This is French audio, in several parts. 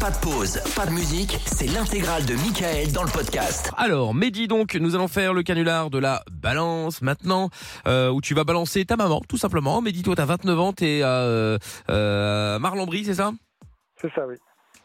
Pas de pause, pas de musique, c'est l'intégrale de Michael dans le podcast. Alors, Mehdi, donc, nous allons faire le canular de la balance maintenant, euh, où tu vas balancer ta maman, tout simplement. Mehdi, toi, t'as 29 ans, t'es à euh, euh, Marlambry, c'est ça C'est ça, oui.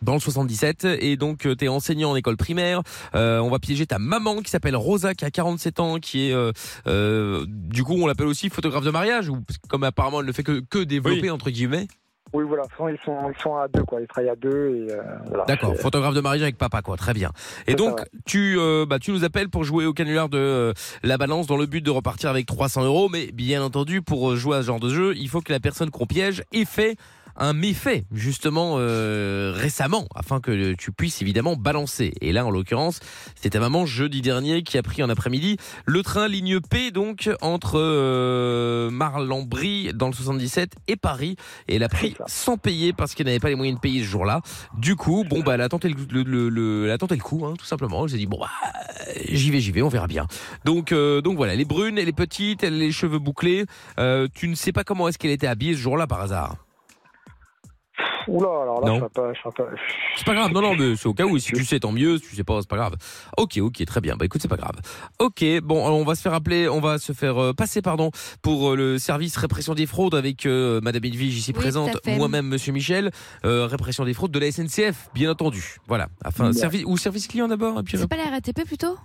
dans le 77 et donc euh, t'es enseignant en école primaire. Euh, on va piéger ta maman qui s'appelle Rosa qui a 47 ans qui est euh, euh, du coup on l'appelle aussi photographe de mariage ou parce que comme apparemment elle ne fait que que développer entre guillemets. Oui, voilà. De toute façon, ils sont, ils sont à deux, quoi. Ils travaillent à deux et euh, voilà. D'accord, photographe de mariage avec papa quoi, très bien. Et C'est donc ça, ouais. tu euh, bah tu nous appelles pour jouer au canular de euh, la balance dans le but de repartir avec 300 euros mais bien entendu pour euh, jouer à ce genre de jeu, il faut que la personne qu'on piège ait fait un méfait justement euh, récemment afin que euh, tu puisses évidemment balancer. Et là en l'occurrence, c'était ta maman jeudi dernier qui a pris en après-midi le train ligne P donc entre euh, Marlambry dans le 77 et Paris et elle a pris C'est ça. sans payer parce qu'elle n'avait pas les moyens de payer ce jour-là. Du coup, bon bah elle a tenté le, le, le- le- elle a tenté le coup hein, tout simplement. Elle s'est dit bon bah j'y vais, j'y vais, on verra bien. Donc euh, donc voilà, elle est brune, elle est petite, elle a les cheveux bouclés. Euh, tu ne sais pas comment est-ce qu'elle était habillée ce jour-là par hasard. Oula, alors là, Non. je ne pas. Je sais pas... C'est pas grave, non, non, mais c'est au cas où. Si tu sais, tant mieux. Si tu sais pas, c'est pas grave. Ok, ok, très bien. Bah écoute, c'est pas grave. Ok, bon, alors, on va se faire appeler, on va se faire euh, passer, pardon, pour euh, le service répression des fraudes avec euh, Madame Edwige ici Oui, tout à présente, fait. moi-même, Monsieur Michel, euh, répression des fraudes de la SNCF, bien entendu. Voilà. Afin, Ouais. service ou service client d'abord. et puis- C'est pas la RATP plutôt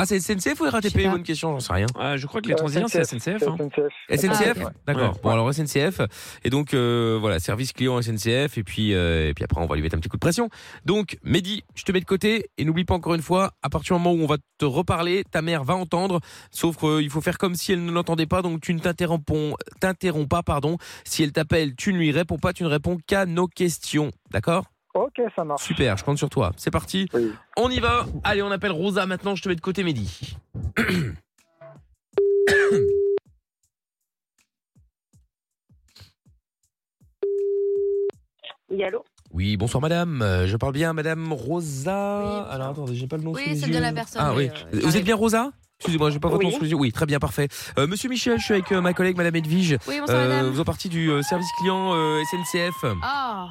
Ah, c'est SNCF ou Je RATP sais pas. Bonne question, j'en sais rien. Ah, je crois que les transiliens, c'est la SNCF. hein. SNCF. SNCF, Ah, ok. d'accord. Ouais. Bon alors SNCF et donc euh, voilà service client SNCF et puis euh, et puis après on va lui mettre un petit coup de pression. Donc Mehdi, je te mets de côté et n'oublie pas encore une fois à partir du moment où on va te reparler, ta mère va entendre. Sauf qu'il faut faire comme si elle ne l'entendait pas donc tu ne t'interromps t'interromps pas pardon. Si elle t'appelle, tu ne lui réponds pas, tu ne réponds qu'à nos questions, d'accord Ah, Ok, ça marche. Super, je compte sur toi. C'est parti, Oui. on y va. Allez, on appelle Rosa maintenant. Je te mets de côté Mehdi. Oui, allô Oui, bonsoir madame. Euh, Je parle bien à madame Rosa. Oui, bonsoir. Alors attendez, j'ai pas le nom Oui, sous les c'est bien yeux. la personne, Ah mais, oui. euh, Vous j'arrive. êtes bien Rosa Excusez-moi, j'ai pas votre Oui. nom sous les yeux. Oui, très bien, parfait. Euh, Monsieur Michel, je suis avec euh, ma collègue madame Edwige. Oui, bonsoir Euh, madame. vous faites partie du euh, service client euh, SNCF. Ah.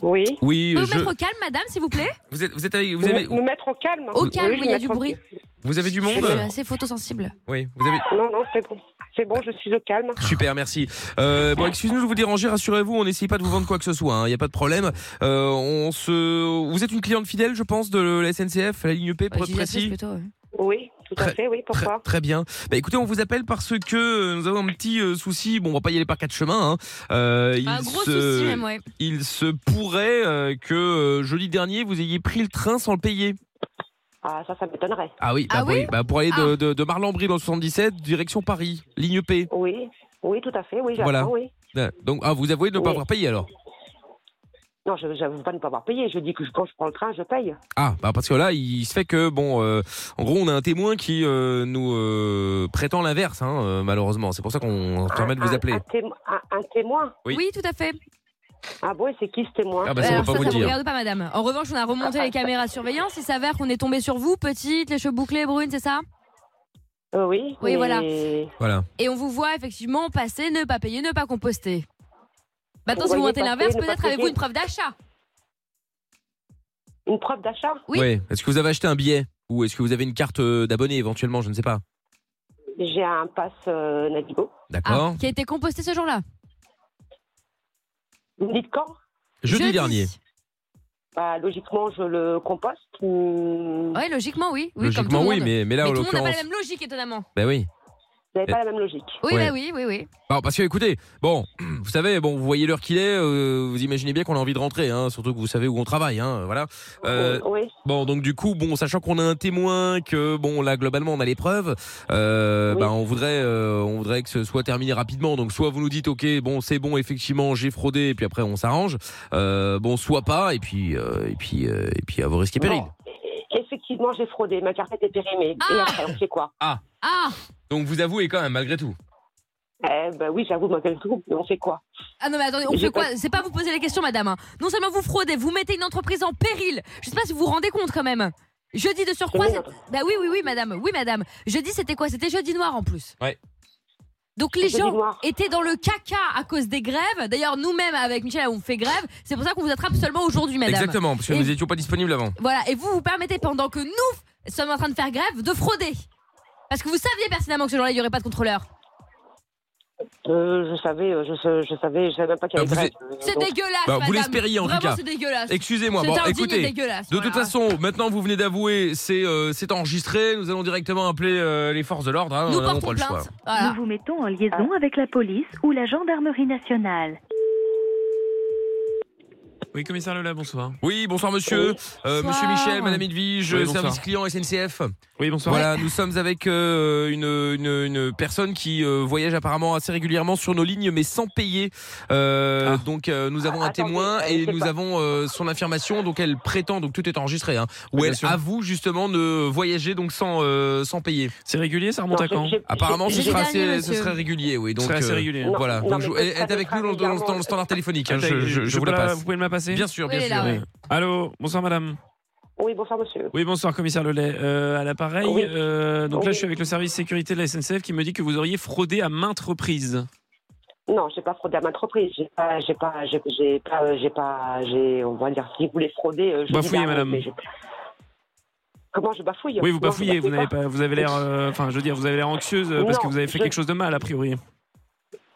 Oui. Oui, euh, Vous pouvez je- vous mettre au calme, madame, s'il vous plaît vous êtes vous êtes avec- vous Nous- avez Nous mettre au calme. Au calme, il y a mettre du au- bruit. vous avez du Je monde suis assez photosensible. Oui, vous avez Non, non, c'est bon. C'est bon, je suis au calme. Super, merci. Euh, bon, excusez-nous de vous déranger, rassurez-vous, on n'essaye pas de vous vendre quoi que ce soit, il n'y a pas de problème. Euh, on se... Vous êtes une cliente fidèle, je pense, de la SNCF, la ligne P, pour Ouais, être utilisatrice précis plutôt, ouais. Oui, tout à Très- fait, oui, Très, pourquoi très bien. Bah écoutez, on vous appelle parce que euh, nous avons un petit euh, souci. Bon, on va pas y aller par quatre chemins. hein. Euh, il, Un gros se, souci même, ouais. il se pourrait euh, que euh, jeudi dernier vous ayez pris le train sans le payer. Ah, ça, ça m'étonnerait. Ah oui, bah, Ah pour, oui bah, pour aller de, de, de Marlambry dans le 77 direction Paris, ligne P. Oui, oui, tout à fait, oui, j'apprends, Voilà. oui. Ah, Donc ah, vous avouez de ne pas Oui. avoir payé alors. Non, je n'avoue pas ne pas avoir payé. Je dis que je- quand je prends le train, je paye. Ah bah parce que là il se fait que bon euh, en gros on a un témoin qui euh, nous euh, prétend l'inverse hein, euh, malheureusement. C'est pour ça qu'on se permet de Ah, vous Un- appeler. Un, témo- un- un témoin Oui. Oui. tout à fait. Ah bon, et c'est qui ce témoin Ah bah ça on va Alors pas ça, vous ça le vous dire. regarde pas, madame. En revanche, on a remonté les caméras de surveillance. Il s'avère qu'on est tombé sur vous, petite, les cheveux bouclés, brunes, c'est ça Euh, Oui, Oui, mais- voilà. Voilà. Et on vous voit effectivement passer, ne pas payer, ne pas composter. Maintenant, si vous Voyez montez passer, l'inverse, ne pas peut-être payer. avez-vous une preuve d'achat. Une preuve d'achat Oui. Ouais. Est-ce que vous avez acheté un billet ou est-ce que vous avez une carte euh, d'abonné éventuellement Je ne sais pas. J'ai un pass euh, Navigo. D'accord. ah, qui a été compostée ce jour-là. Vous me dites quand Jeudi, dernier. bah, Logiquement, je le composte. Hmm, ou- Oui, logiquement, oui. oui Logiquement comme tout le oui, monde. mais mais là Mais en tout le monde n'a pas l'occurrence. la même logique, étonnamment. Ben oui. Vous n'avez pas la même logique. Oui, Ouais. bah oui, oui, oui. Alors parce que écoutez, bon, vous savez, bon, vous voyez l'heure qu'il est, euh, vous imaginez bien qu'on a envie de rentrer, hein, surtout que vous savez où on travaille, hein, voilà. Euh, Oui. Bon, donc du coup, bon, sachant qu'on a un témoin, que bon, là globalement on a les preuves, euh, Oui. bah, on voudrait, euh, on voudrait que ce soit terminé rapidement. Donc soit vous nous dites, ok, bon, c'est bon, effectivement, j'ai fraudé, et puis après on s'arrange. Euh, bon, soit pas, et puis, euh, et puis, euh, et puis à vos risques et périls. Bon. Effectivement, j'ai fraudé. Ma carte était périmée. Et Ah après, on fait quoi Ah Donc vous avouez quand même, malgré tout. Eh ben oui, j'avoue, malgré tout, mais on fait quoi Ah non mais attendez, on J'ai fait quoi C'est pas vous poser les questions madame. hein. Non seulement vous fraudez, vous mettez une entreprise en péril. Je sais pas si vous vous rendez compte quand même. Jeudi Ah de surcroît, C'est c'est- notre- bah oui oui oui madame, oui madame. Jeudi c'était quoi C'était jeudi noir en plus. Ouais. Donc les C'était gens des Noirs. étaient dans le caca à cause des grèves. D'ailleurs, nous-mêmes, avec Michel, on fait grève. C'est pour ça qu'on vous attrape seulement aujourd'hui, madame. Exactement, parce que Et- nous étions pas disponibles avant. Voilà, et vous vous permettez, pendant que nous sommes en train de faire grève, de frauder. Parce que vous saviez pertinemment que ce jour-là, il n'y aurait pas de contrôleur. Ah, Euh, je savais, euh, je, sa- je savais, je savais même pas qu'il y Ah, Euh, avait vous grève. C'est Donc, dégueulasse, Bah, vous madame. l'espériez, en tout Vraiment, cas. c'est dégueulasse. Excusez-moi, C'est bon, indigne et écoutez. dégueulasse. De voilà. toute façon, maintenant vous venez d'avouer, c'est euh, c'est enregistré. Nous allons directement appeler euh, les forces de l'ordre. hein, nous on n'a pas portons le choix. plainte. Voilà. Nous vous mettons en liaison avec la police ou la gendarmerie nationale. Oui, commissaire Lola, bonsoir. Oui, bonsoir monsieur, Oh. Euh, Bonsoir. monsieur Michel, madame Edwige, Oui, bonsoir. service client SNCF. Oui, bonsoir. Voilà, nous sommes avec euh, une, une, une personne qui euh, voyage apparemment assez régulièrement sur nos lignes, mais sans payer. Ah. Euh, Donc, euh, nous avons un Attendez, témoin euh, et c'est nous pas- avons euh, son affirmation. Donc, elle prétend, donc tout est enregistré, hein, où Bien elle sûr. avoue justement de voyager donc sans euh, sans payer. C'est régulier, ça remonte non, à quand j'ai- j'ai- Apparemment, ce Jeudi serait dernier, assez, ce monsieur. serait régulier, oui. C'est Donc, assez euh, régulier. Non, voilà. non, donc, mais je- ça elle sera est avec très euh, nous dans, dans le régulièrement. standard téléphonique. hein, Attends, je, je- je vous la peux passe. Vous pouvez me la passer Ah Bien sûr, Oui, bien elle est sûr. là, ouais. Allô, bonsoir madame. Oui, bonsoir monsieur. Oui, bonsoir commissaire Lelay. Euh, à l'appareil, Oui. euh, donc là Oui. je suis avec le service sécurité de la SNCF qui me dit que vous auriez fraudé à maintes reprises. Non, j'ai pas fraudé à ma entreprise. J'ai pas, j'ai pas, j'ai j'ai pas, euh, j'ai pas, j'ai, on va dire, si vous voulez frauder, euh, je Bafouillez, dis la honte, madame. mais j'ai- Comment je bafouille Oui, Non, vous je bafouillez, vous bafouille n'avez pas, vous avez l'air, euh, enfin, je veux dire, vous avez l'air anxieuse euh, parce Non, que vous avez fait je- quelque chose de mal a priori.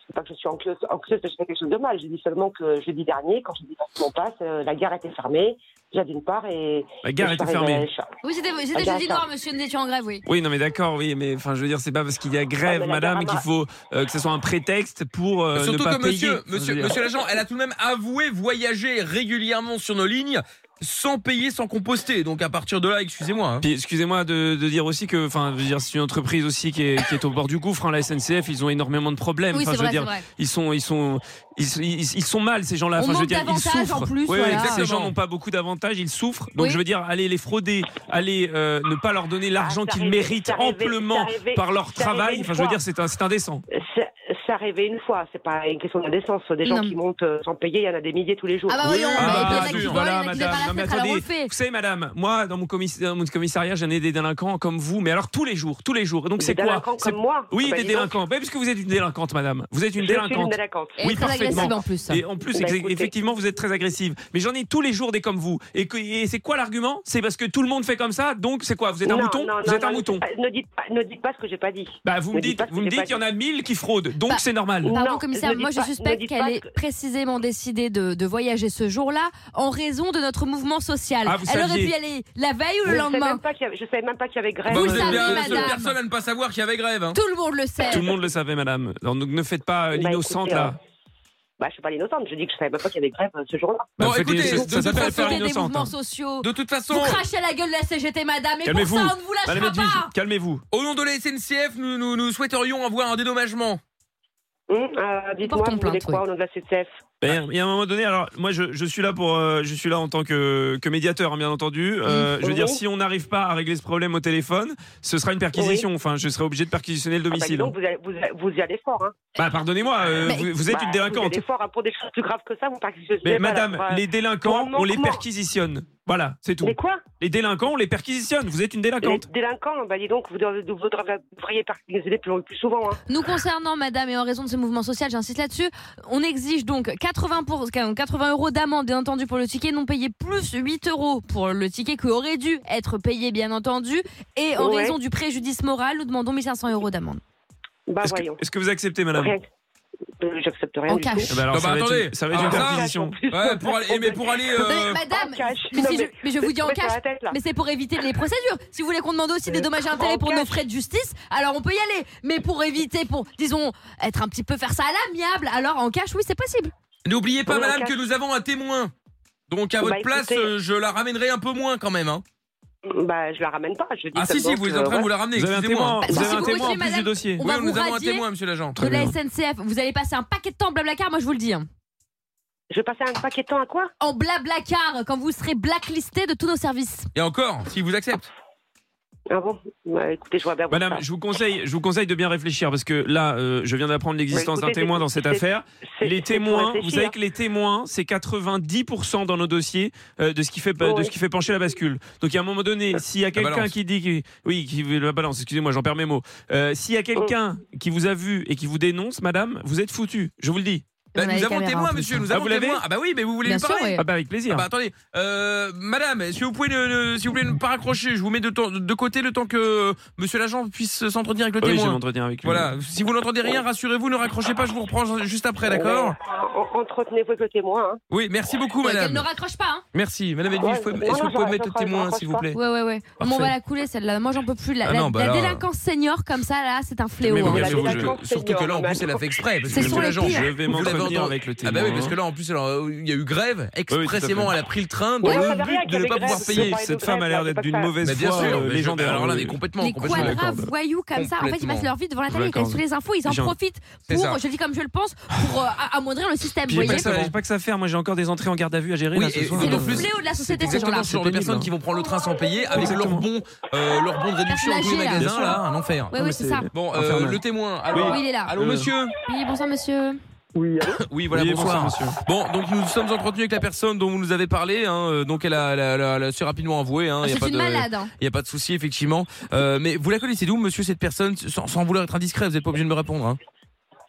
C'est pas que je suis anxieuse, anxieuse parce que je fais quelque chose de mal. J'ai dit seulement que jeudi dernier, quand je dis passe mon passe, euh, la gare était fermée. Déjà d'une part et. La gare et je était suis arrivée fermée. à- Oui, c'était c'était D'accord. jeudi noir, monsieur, nous étions en grève, oui. Oui, non, mais d'accord, oui, mais enfin, je veux dire, c'est pas parce qu'il y a grève, Ah, mais la madame, gare à qu'il ma- faut euh, que ce soit un prétexte pour euh, ne Surtout pas que payer. monsieur, Enfin, je veux monsieur, dire- monsieur l'agent, elle a tout de même avoué voyager régulièrement sur nos lignes sans payer, sans composter. Donc à partir de là, excusez-moi. hein. Puis excusez-moi de, de dire aussi que, enfin, je veux dire, c'est une entreprise aussi qui est, qui est au bord du gouffre. hein, la SNCF, ils ont énormément de problèmes. Oui, Enfin, c'est je veux vrai, c'est dire, vrai. ils sont, ils sont, ils, sont- ils- ils sont mal ces gens-là. On Enfin, je veux manque dire, ils d'avantages souffrent. en plus, Oui, oui, voilà. Ces gens Exactement. n'ont pas beaucoup d'avantages, ils souffrent. Donc Oui. je veux dire, allez les frauder, allez euh, ne pas leur donner l'argent Ah, c'est qu'ils arrivé, méritent c'est arrivé, amplement c'est arrivé, par leur c'est arrivé travail. une Enfin, je veux fois. dire, c'est un- c'est indécent. C'est c'est arrivé une fois, c'est pas une question d'indécence. Des gens Non. qui montent euh, sans payer, il y en a des milliers tous les jours. Ah bah Oui, voyons, ah bah, bah, il y en a qui bien sûr. volent, il y en a Voilà, qui débarrassent, madame. Non, mais alors on attendez. le fait. Vous savez, madame, moi, dans mon, commis- dans mon commissariat, j'en ai des délinquants comme vous, mais alors tous les jours, tous les jours. Donc Des c'est quoi délinquants C'est- comme moi. Oui, Ah bah, des dis donc, délinquants. Mais puisque vous êtes une délinquante, madame. Vous êtes une Je suis une délinquante. délinquante. Et Oui, très parfaitement. agressive en plus. Et en plus, Bah, ex- écoutez. effectivement, vous êtes très agressive. Mais j'en ai tous les jours des comme vous. Et, que- et c'est quoi l'argument C'est parce que tout le monde fait comme ça, donc c'est quoi Vous êtes un Non, mouton non, Vous non, êtes un non, mouton ne dites pas- Ne dites, pas, ne dites pas ce que j'ai pas dit. Bah, vous ne me dites dites, pas ce vous que me j'ai dites pas qu'il y en dit. a 1000 qui fraudent, donc Bah, c'est normal. Pardon, Non, commissaire, ne dites moi je pas- ne suspecte dites qu'elle pas ait que- précisément décidé de, de voyager ce jour-là en raison de notre mouvement social. Ah, vous Elle aurait saviez. pu y aller la veille ou Je le ne savais même lendemain. pas qu'il y avait- Je savais même pas qu'il y avait grève. Bah, vous vous êtes savez, bien la seule madame. personne à ne pas savoir qu'il y avait grève. hein. Tout le monde le sait. Tout le monde le savait, madame. Donc ne faites pas euh, Bah, l'innocente écoutez, là. euh, Bah, je suis pas l'innocente. Je dis que je savais même pas qu'il y avait grève euh, ce jour-là. Bah, Bon, faites écoutez, les- de toute ça s'appelle façon, faire Profitez des l'innocente. mouvements hein. sociaux. De toute façon, Vous crachez à la gueule de la CGT, madame, et pour Calmez-vous. ça, on ne vous Madame lâchera Edwige, pas. calmez-vous. au nom de la SNCF, nous, nous, nous souhaiterions avoir un dédommagement. Hum, euh, Dites-moi, Portons vous voulez plainte, quoi au nom de la CTF Bah, Ben, Il y a un moment donné, alors moi je, je suis là pour, euh, je suis là en tant que, que médiateur, hein, bien entendu. Euh, Je veux dire, Oui. Oh. si on n'arrive pas à régler ce problème au téléphone, ce sera une perquisition. Enfin, je serai obligé de perquisitionner le Ah, bah, dis domicile. donc, vous, allez- vous allez- vous y allez fort. Hein. Bah, pardonnez-moi, euh, Mais- vous, vous êtes Bah, une Vous délinquante. y allez fort hein, pour des choses plus graves que ça. Vous participez Mais pas, là, madame, pour, euh, les délinquants, pour un on les manquement. perquisitionne. Voilà, c'est tout. Mais quoi Les délinquants, on les perquisitionne. Vous êtes une Les délinquante. délinquants, bah dis donc, vous devriez, vous devriez- vous devriez perquisitionner plus, plus souvent. Hein. Nous concernant, madame, et en raison de ce mouvement social, j'insiste là-dessus, on exige donc 80, pour- 80 euros d'amende, bien entendu, pour le ticket non payé, plus 8 euros pour le ticket qui aurait dû être payé, bien entendu. Et en Ouais. raison du préjudice moral, nous demandons 1500 euros d'amende. Bah Est-ce que, voyons. est-ce que vous acceptez, madame Rien. Euh, J'accepte rien. En du tout. Ah, cash. Eh ben alors, Non, ça bah, va être attendez. une, ça va être une Alors ça, perquisition. Ouais, pour aller, eh, mais pour aller. Non, mais euh, madame, En cash. mais Non, si mais- je- mais je vous dis en Mais sur cash, la tête, là. Mais c'est pour éviter les procédures. Si vous voulez qu'on demande aussi des Euh, dommages et intérêts en pour cash. nos frais de justice, alors on peut y aller. Mais pour éviter, pour, disons, être un petit peu faire ça à l'amiable, alors en cash, oui, c'est possible. N'oubliez pas, Oui, madame, ok. que nous avons un témoin. Donc à Bah, votre place, écoutez. euh, je la ramènerai un peu moins quand même. hein. Bah, je la ramène pas. Je dis Ah si, si, seulement vous que, euh, êtes en train de ouais. vous la ramener, Vous avez un excusez-moi. témoin, vous si avez un euh, vous témoin en refusez, plus du madame, dossier. on Oui, va vous nous avons un radier témoin, monsieur l'agent. de la bien. SNCF, vous allez passer un paquet de temps en blablacar, moi je vous le dis. hein. Je vais passer un paquet de temps à quoi En blablacar, quand vous serez blacklisté de tous nos services. Et encore, s'il vous accepte. Ah bon Bah, Écoutez, je vois bien. Madame, ça. je vous conseille, je vous conseille de bien réfléchir parce que là, euh, je viens d'apprendre l'existence écoutez, d'un témoin c'est- dans cette c'est- affaire. C'est- Les c'est pour témoins, vous réfléchir. savez que les témoins, c'est 90% dans nos dossiers euh, de ce qui fait pa- de Oui. ce qui fait pencher la bascule. Donc à un moment donné, s'il y a quelqu'un balance. qui dit que- oui, qui la balance, excusez-moi, j'en perds mes mots. Euh, s'il Oh. y a quelqu'un qui vous a vu et qui vous dénonce, madame, vous êtes foutu. Je vous le dis. On a Bah, les nous avons le caméras, en témoin, plus, monsieur. hein. Nous Ah, avons vous le l'avez témoin. Ah bah oui, mais vous voulez Bien me sûr, parler oui. Ah bah avec plaisir. Ah bah attendez, euh, madame, est-ce que vous pouvez, ne- ne- s'il vous plaît, ne pas raccrocher Je vous mets de, temps- de côté le temps que euh, monsieur l'agent puisse s'entretenir avec le oui, j'ai témoin. l'entretien avec lui. Voilà, si vous n'entendez rien, rassurez-vous, ne raccrochez pas, je vous reprends juste après, Ah, d'accord En- en- Entretenez-vous avec le témoin. hein. Oui, merci beaucoup, Ouais, qu'elle ne madame. raccroche pas, hein. Merci, madame Edwige, Ouais, faut- non, est-ce que non, vous pouvez je mettre le raccroche témoin, pas. s'il vous plaît Ouais, ouais, ouais. Bon, on Parfait. va la couler celle-là. Moi, j'en peux plus. La, Ah la- non, bah la là- délinquance senior, comme ça, là, c'est un fléau. Mais bon, hein. bien Bien sûr, sûr, la je- délinquance surtout que là, en senior, plus, elle a fait exprès. Parce C'est que sur monsieur les l'agent, pires. Je vais vous l'avez m'entretenir entendu. avec le Ah témoin. bah oui, parce que là, en plus, alors, euh, il y a eu grève. tout à fait. Expressément, elle a pris le train dans Ouais, Oui, ça le va bien but qu'il de y a ne des pas pouvoir grèves, c'est payer. pas Cette de femme a grève, l'air c'est d'être pas d'une ça. mauvaise Mais bien foi sûr, euh, mais je- légendaire. Alors là, hein, mais Oui. complètement, Les complètement. quadras l'accorde. voyous comme ça, en fait, ils Complètement. passent leur vie devant la Je télé, ils l'accorde. restent sous les infos, ils en J'en- profitent C'est pour, ça. je le dis comme je le pense, pour euh, a- amoindrir le système. Vous Puis j'ai pas, voyez que ça- j'ai pas que ça à faire. Moi, j'ai encore des entrées en garde à vue à gérer Oui, là, ce et- soir. c'est le en plus, fléau de la société, ces gens-là. Exactement ce genre de pénible, personnes hein. qui vont prendre le train sans payer avec leur Exactement. bon, euh, leur bon de réduction au Flagé, là. magasin là, un enfer. Ouais, ouais, c'est ça. Bon, euh, Infernal. le témoin. Oui, Alors, il est là. Allô, Euh. monsieur. Oui, bonsoir, monsieur. Oui, allô Oui, voilà, Oui, bonsoir. monsieur. Bon, donc nous nous sommes entretenus avec la personne dont vous nous avez parlé. Hein, euh, donc elle a, elle a- elle a- elle a assez rapidement avoué. Hein, y a C'est pas une de- malade. hein. Il n'y a pas de souci, effectivement. Euh, mais vous la connaissez d'où, monsieur, cette personne sans, sans vouloir être indiscret, vous n'êtes pas obligé de me répondre. Hein.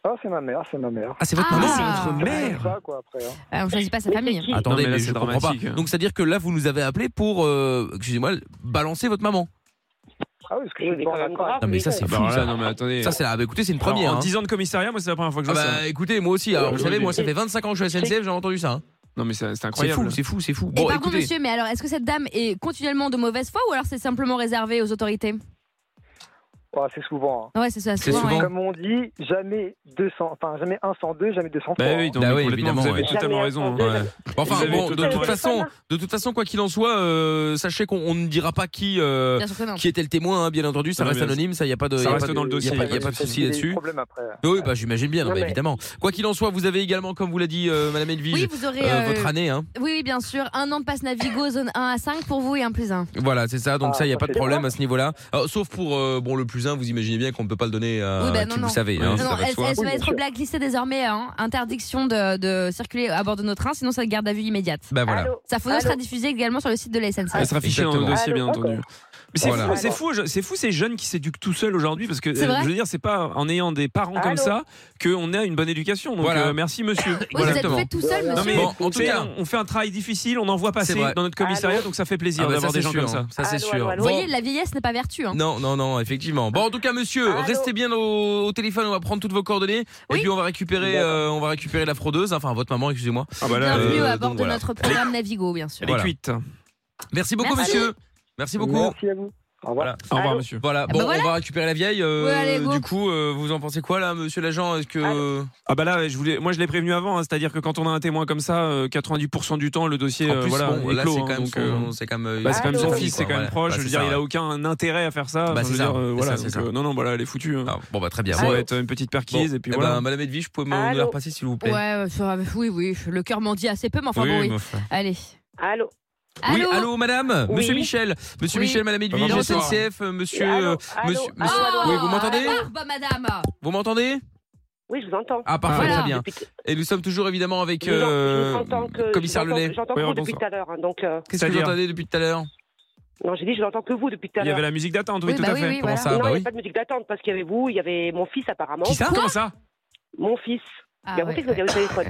Ah, c'est ma mère, c'est ma mère. Ah, c'est votre Ah. maman C'est votre bah, C'est comme ça, quoi, après. hein. Ah, On choisit pas sa famille. qui Attendez, Non, mais mais, là, je c'est comprends pas. dramatique. Donc, c'est-à-dire que là, vous nous avez appelé pour, euh, excusez-moi, balancer votre maman. Ah oui, parce que Oui, je suis mais pas en quand même accord. grave. Non, mais ça, Ah c'est bah fou, alors là, ça. non, mais attendez. Ça, c'est la- bah, écoutez, c'est une Alors, première. En hein. 10 ans de commissariat, moi, c'est la première fois que je Ah vois ça. bah écoutez, moi aussi. Ah, Alors, vous oui, savez, oui, moi, oui. ça fait 25 ans que je suis à SNCF, j'ai entendu ça. hein. Non, mais c'est c'est C'est incroyable. fou, c'est fou, c'est fou. Et Bon, pardon, écoutez. monsieur, mais alors, est-ce que cette dame est continuellement de mauvaise foi ou alors c'est simplement réservé aux autorités Ah, c'est souvent. hein. Ouais, c'est ça, C'est souvent, souvent. ouais. Comme on dit, jamais 200, enfin jamais 102, jamais 203. Bah oui, donc, Bah oui, complètement, évidemment, vous avez ouais. totalement Jamais raison. entendu, hein. jamais- Enfin, Vous avez bon, de totalement toute raison. façon, hein. de toute façon, quoi qu'il en soit, euh, sachez qu'on on ne dira pas qui. euh, Bien sûr que non. Qui était le témoin, hein, bien entendu, ça Non, reste bien sûr. anonyme, ça y a pas de. Ça y a reste pas de- dans le dossier, y a pas- y a pas de souci là-dessus. problème après. Oui, bah j'imagine bien, non, Non, bah, mais- évidemment. Quoi qu'il en soit, vous avez également, comme vous l'a dit euh, Madame Elvige, Oui, vous aurez. euh, euh, votre année. Hein. Oui, oui, bien sûr. Un an de passe Navigo, zone 1 à 5 pour vous et un plus 1. Voilà, c'est ça. Donc Ah, ça, il n'y a ça, pas de c'est problème à ce niveau-là. Alors, Sauf pour euh, bon le plus 1, vous imaginez bien qu'on ne peut pas le donner à Oui, bah, qui non, vous non. savez. Ouais, hein, ça Non, ça non, va de elle, soi. elle va Oui, bien être sûr. blacklistée désormais. Hein. Interdiction de, de circuler à bord de nos trains, sinon ça garde à vue immédiate. Bah voilà. Allô Sa photo Allô sera diffusée également sur le site de la SNCF. Ah, Elle sera fichée dans le Exactement. dossier, bien Allô, entendu. Mais c'est Voilà. fou, c'est fou, je- c'est fou ces jeunes qui s'éduquent tout seuls aujourd'hui parce que C'est vrai euh, je veux dire, c'est pas en ayant des parents comme Allô ça qu'on a une bonne éducation. Donc Voilà. euh, merci monsieur. Oui, vous êtes Exactement. fait tout seul, Non monsieur. mais Bon, en en tout cas- on fait un travail difficile, on en voit passer C'est vrai. dans notre commissariat, Allô donc ça fait plaisir Ah, bah, d'avoir ça, des c'est gens sûr, comme ça. hein. Ça c'est Allô, sûr. allô, Vous allô. Bon. voyez, la vieillesse n'est pas vertu. Hein. Non, non, non, effectivement. Bon, en tout cas, monsieur, Allô restez bien au, au téléphone. On va prendre toutes vos coordonnées Oui. et puis on va récupérer, euh, on va récérer la fraudeuse. Enfin, votre maman, excusez-moi. Ah bah là, Bienvenue euh, à bord donc de voilà. notre programme Navigo, bien sûr. elle Voilà. est cuite. Merci beaucoup, Merci. monsieur. Merci beaucoup. Merci à vous. Au revoir. Au revoir Allô monsieur. Voilà, bah bon, voilà. on va récupérer la vieille. euh, Ouais, allez, go. du coup, euh, vous en pensez quoi là, monsieur l'agent Est-ce que Ah bah là, je voulais, moi je l'ai prévenu avant, hein, c'est-à-dire que quand on a un témoin comme ça, euh, 90% du temps le dossier, en euh, plus, voilà, bon, est là, clos, c'est hein, quand même, donc, son- euh, c'est quand même, Bah, c'est quand même son Allô fils, c'est quand même proche. je veux dire, il a aucun intérêt à faire ça. Bah, Enfin, c'est je veux ça. dire, euh, C'est voilà, ça, donc, c'est ça. euh, non, non, bah là, elle est foutue. hein. bon, bah très bien. Ça Bon, va eh être une petite ben, perquise et puis voilà. Madame Edwige, vous pouvez me Allô la repasser, s'il vous plaît. Ouais, euh, oui, oui, le cœur m'en dit assez peu, mais enfin bon, oui. mais enfin. Allez. Allô Oui, Allô, allô, madame, Oui. monsieur Michel, monsieur Oui. Michel, madame Edwige, Bonjour. SNCF, euh, monsieur, Allô euh, Allô monsieur- Allô, allô, Oui, allô vous m'entendez Ah, bah, madame vous m'entendez Oui, je vous entends. Ah, parfait, Voilà. très bien. Depuis que- Et nous sommes toujours évidemment avec je vous en- euh, je vous entends que- commissaire j'entends- Lelay. J'entends Oui, que vous bonsoir. depuis tout à l'heure. hein, Donc, euh, Qu'est-ce que vous C'est-à-dire entendez depuis tout à l'heure non, j'ai dit, je l'entends que vous depuis tout à Il y l'heure. avait la musique d'attente, oui, Oui, tout bah à oui, fait. oui, Comment voilà. ça non, il Bah n'y oui. a pas de musique d'attente parce qu'il y avait vous, il y avait mon fils apparemment. Qui ça Comment ça Mon fils. Ah, il y a mon ouais, fils qui m'a dit ouais. au téléphone.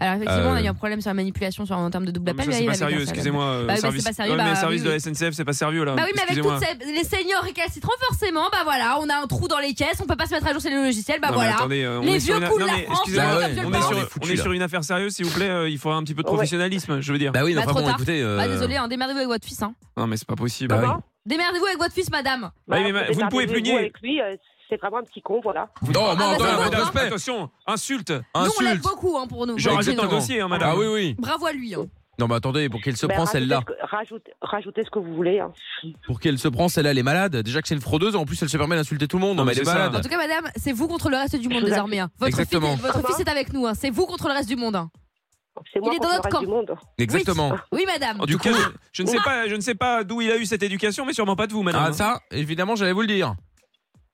Alors, effectivement, Euh. on a eu un problème sur la manipulation sur, en termes de double Non, mais appel. ça, mais c'est il y pas en avait sérieux, qu'un seul. excusez-moi. euh, Bah oui, service- bah, c'est pas sérieux, Ouais, mais bah, service oui, de la oui. SNCF, c'est pas sérieux là. Bah oui, mais avec Excusez-moi. toutes ces- les seniors récalcitrants, forcément, bah voilà, on a un trou dans les caisses, on peut pas se mettre à jour sur le logiciel, bah Non, mais voilà. attendez, euh, on Les est sur vieux une- coups de non, la mais France, excusez-moi, bah ouais, on mais est on sur- est foutus, on est là. sur une affaire sérieuse, s'il vous plaît. euh, Il faudra un petit peu de Ouais. professionnalisme, je veux dire. Bah oui, mais Bah, enfin trop bon, tard. écoutez. euh, Ah, désolé, hein, démerdez-vous avec votre fils. Hein. Non, mais c'est pas possible. Bah oui. Comment Démerdez-vous avec votre fils, madame. Bah oui, mais ma- vous ne pouvez démerdez-vous plus nier. avec lui, euh, c'est vraiment un petit con, voilà. Non, non, Ah, attends, bah, c'est un bon, peu de madame, respect. attention, insulte. Nous, on l'aime Insulte. beaucoup hein, pour nous. Je rajoute dans Exactement. le dossier, hein, madame. Ah oui, oui. Bravo à lui. hein. Non, mais attendez, pour qu'elle se Ben, prend rajoutez celle-là, ce que- rajoute- Rajoutez ce que vous voulez. hein. pour qu'elle se prend celle-là, elle est malade. Déjà que c'est une fraudeuse, en plus elle se permet d'insulter tout le monde. Non, Non, mais mais elle est c'est ça. En malade. tout cas, madame, c'est vous contre le reste du monde Je vous désormais. hein. Votre, fils, Exactement. votre Comment fils est avec nous. hein. C'est vous contre le reste du monde. hein. C'est moi Il est contre dans le notre reste camp. du monde. Exactement. Oui, madame. En tout Du cas, coup- je, je ne sais pas, je ne sais pas d'où il a eu cette éducation, mais sûrement pas de vous, madame. Ah, ça, évidemment, j'allais vous le dire.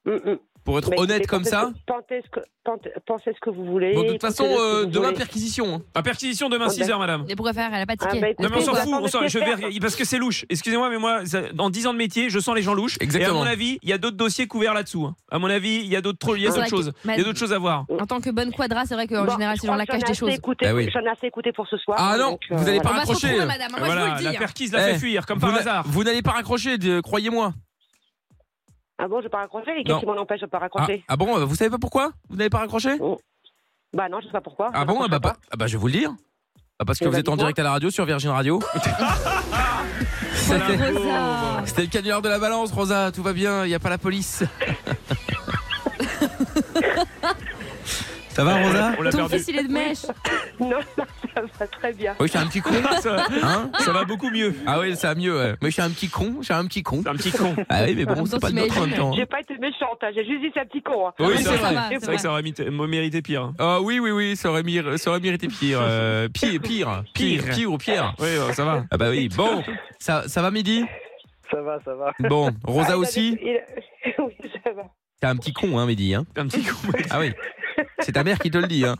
Mm, mm. Pour être Mais honnête écoutez, comme pensez ça. ce que- Pensez ce que, pensez, pensez ce que vous voulez. Bon, de toute pensez façon, ce que euh, vous demain, voulez. perquisition. hein. À perquisition demain Ok. 6h, madame. Mais pourquoi faire Elle a pas Ah, tiqué. bah, Elle Non, mais écoutez, on fait s'en va quoi fout, on attendre s'en- que je faire. vais, parce que c'est louche. Excusez-moi, mais moi, ça- en 10 ans de métier, je sens les gens louches. Exactement. Et à mon avis, il y a d'autres dossiers couverts là-dessous. hein. À mon avis, il y a d'autres tro- il y a C'est d'autres vrai que- choses. mais- Il y a d'autres choses à voir. En tant que bonne quadra, c'est vrai qu'en Bon, général, je ces gens-là crois que cachent des J'en choses. ai assez écouté- Bah oui. j'en ai assez écouté pour ce soir. Ah non, donc, euh, vous allez voilà. pas On va se raccrocher. retrouver, madame. Moi, je Voilà, vous le la dis. hein. perquise l'a Eh, fait fuir, comme Vous par n'a- hasard. Vous n'allez pas raccrocher, de- croyez-moi. Ah bon, je vais pas raccrocher. Et Non. qu'est-ce qui m'en empêche de pas Ah, raccrocher ah bon, euh, vous savez pas pourquoi Vous n'avez pas raccroché Bah non, je sais pas pourquoi. Ah je bon, ah raccroche bah, pas. pas- ah bah, je vais vous le dire. Bah, parce que Eh vous bah, êtes en dites-moi. direct à la radio sur Virgin Radio. C'était- Rosa. C'était le canular de la balance, Rosa, tout va bien, il n'y a pas la police. Ça va, Rosa On l'a Ton perdu. fils, il est de mèche. Non, non, ça va très bien. Oui, je suis un petit con. ça, Hein ça va beaucoup mieux. ah oui, ça va mieux. ouais. Mais je suis un petit con, je suis un petit con. C'est un petit con. Ah oui, mais En bon, même c'est temps, pas de notre en même temps. J'ai pas été méchante, hein, j'ai juste dit c'est un petit con. hein. Oui, Ah, c'est ça vrai. va, C'est vrai que ça aurait mité- mérité pire. Ah oui, oui, oui, ça aurait, mir- ça aurait mérité pire. euh, pire, pire, pire, pire ou pire. Oui, euh, ça va. Ah bah oui, bon, ça, ça va midi Ça va, ça va. Bon, Ah, il Rosa avait- aussi il- Oui, ça va. T'es un petit con, hein, midi. Hein. Un petit con. Ah oui, c'est ta mère qui te le dit. Hein.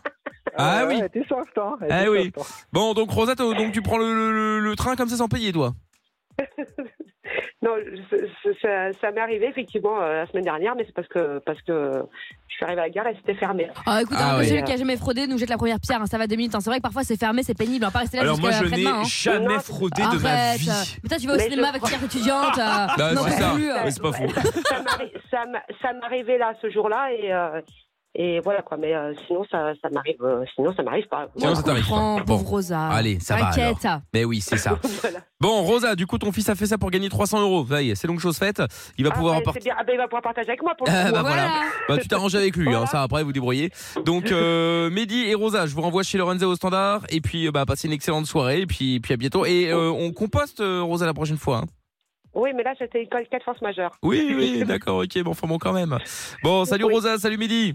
Ah ouais, oui. Elle était soft, hein. elle Ah était oui. soft, hein. Bon, donc Rosa, t'as- donc tu prends le, le- le- le train comme ça sans payer, toi Non, je- je- ça, ça m'est arrivé effectivement euh, la semaine dernière, mais c'est parce que, parce que je suis arrivée à la gare et c'était fermé. Ah, écoute, Ah un peu ouais. celui qui a jamais fraudé nous jette la première pierre. hein, Ça va deux minutes. hein. C'est vrai que parfois, c'est fermé, c'est pénible. On va pas rester là Alors moi, jusqu'à je après-demain. n'ai hein. jamais fraudé de ma Arrête. vie. Mais toi, tu vas au Mais cinéma je avec crois- Pierre étudiante. Bah, euh, Non, c'est ça. plus. euh, Oui, c'est pas faux. ça m'arri- ça m'a- ça m'est arrivé là ce jour-là et, euh, et voilà quoi. Mais euh, sinon ça, ça m'arrive, euh, sinon ça m'arrive pas. Sinon, Voilà. ça t'arrive. Prends, Bon. pauvre Rosa. Allez, ça va alors. Ah, T'inquiète. Mais oui, c'est ça. Voilà. Bon, Rosa, du coup, ton fils a fait ça pour gagner 300 euros. Ça y est, c'est donc chose faite. Il va Ah, pouvoir ben, emporter. c'est bien. Ah, ben, il va pouvoir partager avec moi pour le Ah, coup. bah, voilà. Voilà. Bah, tu t'arranges avec lui, hein, Voilà. ça après vous débrouillez. Donc euh, Mehdi et Rosa, je vous renvoie chez Lorenzo au standard et puis euh, bah, passez une excellente soirée et puis, puis à bientôt. Et euh, on composte euh, Rosa la prochaine fois. hein. Oui, mais là c'était école 4 forces majeures. Oui, oui, d'accord, ok, bon, enfin bon quand même. Bon, salut Oui. Rosa, salut Mehdi.